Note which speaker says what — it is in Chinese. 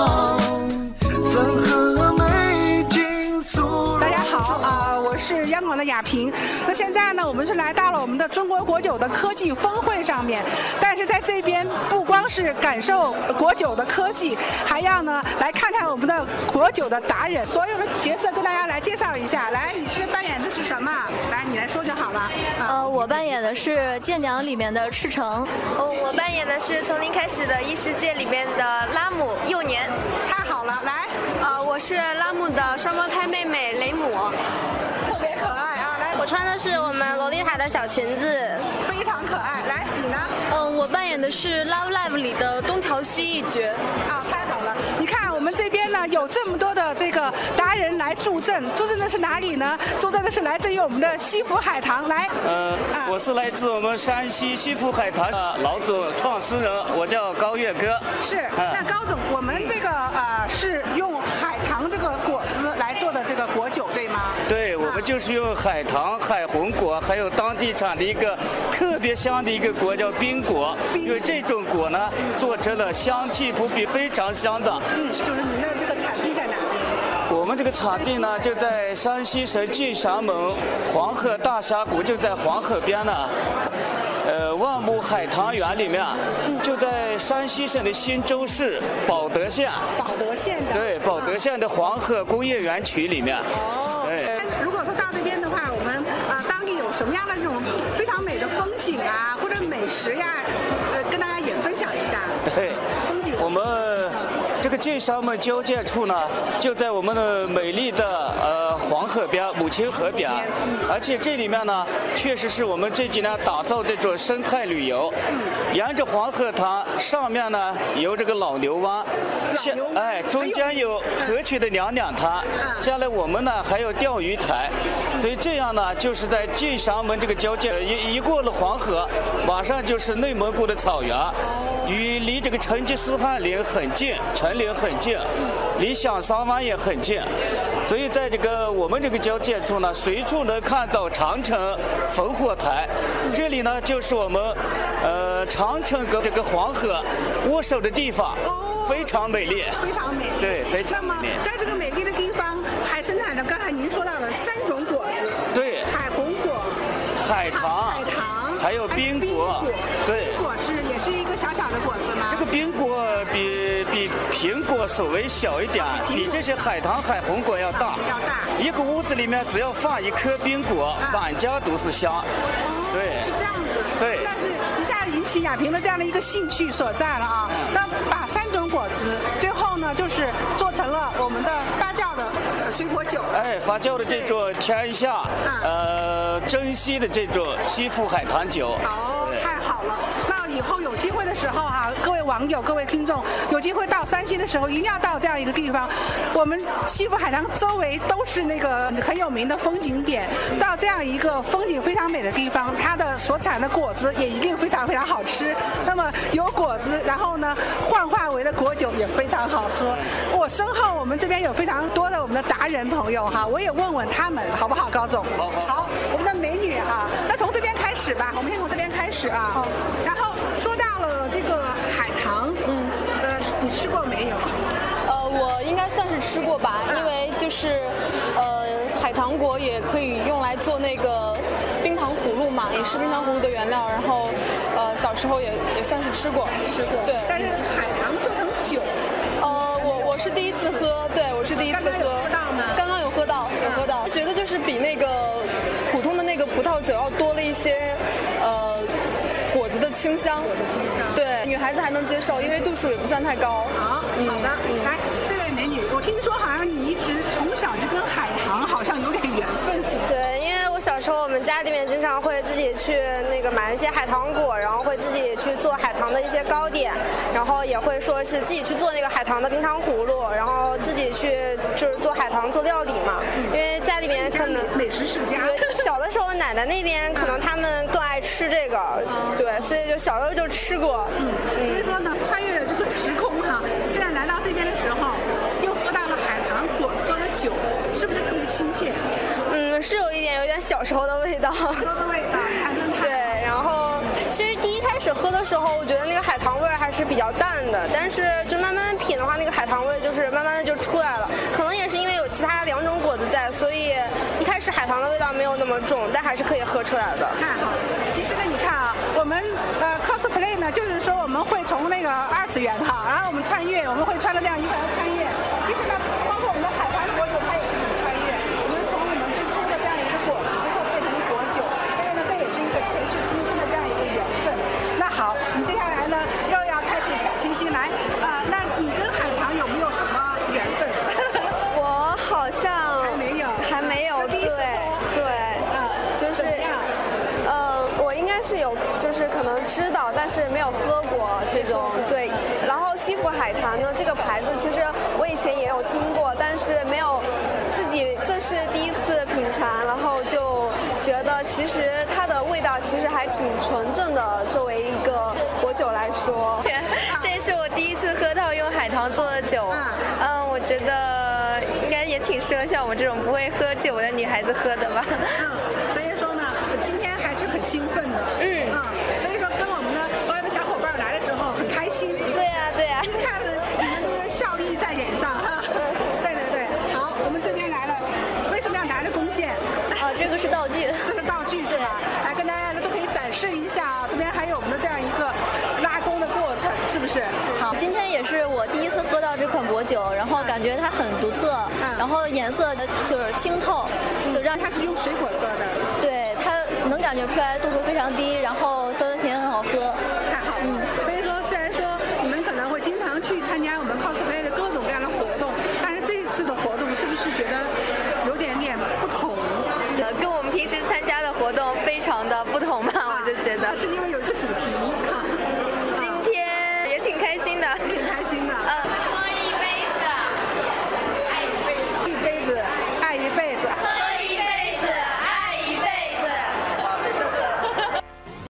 Speaker 1: 啊的雅评。那现在呢，我们是来到了我们的中国国酒的科技峰会上面，但是在这边不光是感受国酒的科技，还要呢来看看我们的国酒的达人。所有的角色跟大家来介绍一下，来，你是扮演的是什么？来，你来说就好了。啊、
Speaker 2: 呃，我扮演的是《剑娘》里面的赤诚。
Speaker 3: 哦，我扮演的是《从零开始的异世界》里面的拉姆幼年。
Speaker 1: 太好了，来，
Speaker 4: 呃，我是拉姆的双胞胎妹妹雷姆。
Speaker 1: 特别可爱啊！来，
Speaker 5: 我穿的是我们洛丽塔的小裙子，
Speaker 1: 非常可爱。来，你呢？
Speaker 6: 嗯，我扮演的是《Love Live》里的东条希一角。
Speaker 1: 啊，太好了！你看我们这边呢，有这么多的这个达人来助阵，助阵的是哪里呢？助阵的是来自于我们的西府海棠。来，
Speaker 7: 呃，啊、我是来自我们山西西府海棠的老总、创始人，我叫高月哥。
Speaker 1: 是，嗯、那高总，我们这个呃是用海棠这个果子来做的这个果酒，对吗？
Speaker 7: 对，我们就是用海棠、海红果，还有当地产的一个特别香的一个果叫冰果，因为这种果呢，做成了香气扑鼻，非常香的。
Speaker 1: 嗯，就是您的这个产地在哪里？
Speaker 7: 我们这个场地呢，就在山西省晋阳盟黄河大峡谷，就在黄河边呢。呃，万木海棠园里面，啊就在山西省的新州市保德县。
Speaker 1: 保德县的。
Speaker 7: 对，保德县的黄河工业园区里面。
Speaker 1: 哦。哎，如果说到这边的话，我们呃当地有什么样的这种非常美的风景啊，或者美食呀、啊，呃，跟大家也分享一下。
Speaker 7: 对。
Speaker 1: 风景。
Speaker 7: 我们。这个晋商们交界处呢，就在我们的美丽的呃黄河边、母亲河边，而且这里面呢，确实是我们这几年打造这种生态旅游。沿着黄河塘上面呢有这个老牛湾，哎，中间有河曲的两两滩，下来我们呢还有钓鱼台，所以这样呢就是在晋商门这个交界，一一过了黄河，马上就是内蒙古的草原。与离这个成吉思汗陵很近，成陵很近，离响沙湾也很近，所以在这个我们这个交界处呢，随处能看到长城烽火台。这里呢，就是我们呃长城跟这个黄河握手的地方，非常美丽，
Speaker 1: 非常美，丽，
Speaker 7: 对，非常美丽。
Speaker 1: 在这个美丽的地方，还生产着刚才您说到的三种果子，
Speaker 7: 对，
Speaker 1: 海红果、
Speaker 7: 海棠、
Speaker 1: 海棠，
Speaker 7: 还有冰
Speaker 1: 果，
Speaker 7: 对。
Speaker 1: 小小的果子吗？
Speaker 7: 这个冰果比比苹果稍微小一点，比这些海棠、海红果要大。
Speaker 1: 要大。啊
Speaker 7: 一个屋子里面只要放一颗冰果，满家都是香。对。
Speaker 1: 是这样子。
Speaker 7: 对。
Speaker 1: 但是一下引起亚萍的这样的一个兴趣所在了啊！
Speaker 7: 嗯
Speaker 1: 那把三种果子最后呢，就是做成了我们的发酵的呃水果酒。
Speaker 7: 哎，发酵的这种天下
Speaker 1: 啊
Speaker 7: 呃珍稀的这种西府海棠酒。
Speaker 1: 哦，太好了。以后有机会的时候哈、啊，各位网友、各位听众，有机会到山西的时候，一定要到这样一个地方。我们西部海棠周围都是那个很有名的风景点，到这样一个风景非常美的地方，它的所产的果子也一定非常非常好吃。那么有果子，然后呢，幻化为了果酒也非常好喝。我身后我们这边有非常多的我们的达人朋友哈、啊，我也问问他们好不好，高总？
Speaker 7: 好好
Speaker 1: 好，我们的美女哈、啊，那从这边开始吧，我们先从这边开始啊，然后。说到了这个海棠，嗯，呃，你吃过没有？
Speaker 6: 呃，我应该算是吃过吧，
Speaker 1: 嗯
Speaker 6: 因为就是，呃，海棠果也可以用来做那个冰糖葫芦嘛，也是冰糖葫芦的原料。然后，呃，小时候也也算是吃过，
Speaker 1: 吃过。
Speaker 6: 对，
Speaker 1: 但是海棠做成酒，
Speaker 6: 呃，我我是第一次喝，对我是第一次喝。
Speaker 1: 刚刚有喝到吗？嗯
Speaker 6: 刚刚有喝到，有喝到。觉得就是比那个普通的那个葡萄酒要多了一些，呃。果子的清香，
Speaker 1: 果的清香，
Speaker 6: 对，女孩子还能接受，因为度数也不算太高。
Speaker 1: 好，嗯、好的，来，这位美女，我听说好像你一直从小就跟海棠好像有点缘分，是不是？
Speaker 5: 对，因为我小时候我们家里面经常会自己去那个买一些海棠果，然后会自己去做海棠的一些糕点，然后也会说是自己去做那个海棠的冰糖葫芦，然后自己去就是做海棠做料理嘛，因为家里面可能
Speaker 1: 美食世家。
Speaker 5: 小的时候，奶奶那边可能他们呃更爱吃这个，对，所以就小时候就吃过。
Speaker 1: 嗯，所以说呢，穿越了这个时空哈、啊，现在来到这边的时候，又喝到了海棠果做的酒，是不是特别亲切？
Speaker 5: 嗯，是有一点，有点小时候的味道。
Speaker 1: 小时候的味道，
Speaker 5: 对。然后，其实第一开始喝的时候，我觉得那个海棠味还是比较淡的，但是就慢慢品的话，那个海棠味就是慢慢的就出来了。可能也是因为有其他两种果子在，所以一开始海。海棠的味道没有那么重，但还是可以喝出来的。
Speaker 1: 看哈，其实呢，你看啊，我们呃 cosplay 呢，就是说我们会从那个二次元哈，然后我们穿越，我们会穿的那样衣服来穿越。其实呢，包括我们的海棠果酒，它也是一种穿越。我们从我们最初的这样一个果子，最后变成果酒，所以呢，这也是一个前世今生的这样一个缘分。那好，我们接下来呢，又要开始小清新来啊、那你跟海棠有没有什么缘分？
Speaker 4: 我好像
Speaker 1: 还没有
Speaker 4: 还没有，
Speaker 1: 这第
Speaker 4: 对
Speaker 1: 一次哦
Speaker 4: 对，
Speaker 1: 啊，
Speaker 4: 就
Speaker 1: 怎
Speaker 4: 是
Speaker 1: 么样？
Speaker 4: 呃，我应该是有，就是可能知道，但是没有喝过这种对。然后西府海棠呢，这个牌子其实我以前也有听过，但是没有自己这是第一次品尝，然后就觉得其实它的味道其实还挺纯正的，作为一个果酒来说。
Speaker 3: 这是我第一次喝到用海棠做的酒，嗯，我觉得应该也挺适合像我们这种不会喝酒的女孩子喝的吧。
Speaker 1: 嗯，所以说呢，我今天还是很兴奋的。
Speaker 3: 嗯
Speaker 1: 所以说跟我们的所有的小伙伴来的时候很开心。
Speaker 3: 对呀、对啊呀、嗯
Speaker 1: 看了你们都是笑意在脸上哈。对对对，好，我们这边来了，为什么要拿着弓箭？
Speaker 2: 哦，这个是道具。
Speaker 1: 这是道具是吧？来跟大家都可以展示一下啊，这边还有我们的这样一个拉弓的过程，是不是？
Speaker 2: 好，今天也是我第一次喝到这款果酒，然后感觉它很独特，
Speaker 1: 嗯
Speaker 2: 然后颜色就是清透，就让它
Speaker 1: 它是用水果做的。
Speaker 2: 对它能感觉出来度数非常低，然后酸酸甜很好喝。
Speaker 1: 太好了。所以说，虽然说你们可能会经常去参加我们 cosplay 的各种各样的活动，但是这一次的活动是不是觉得有点点不同？
Speaker 3: 呃，跟我们平时参加的活动非常的不同吧，我就觉得
Speaker 1: 啊那。是因为有一个主题
Speaker 3: 啊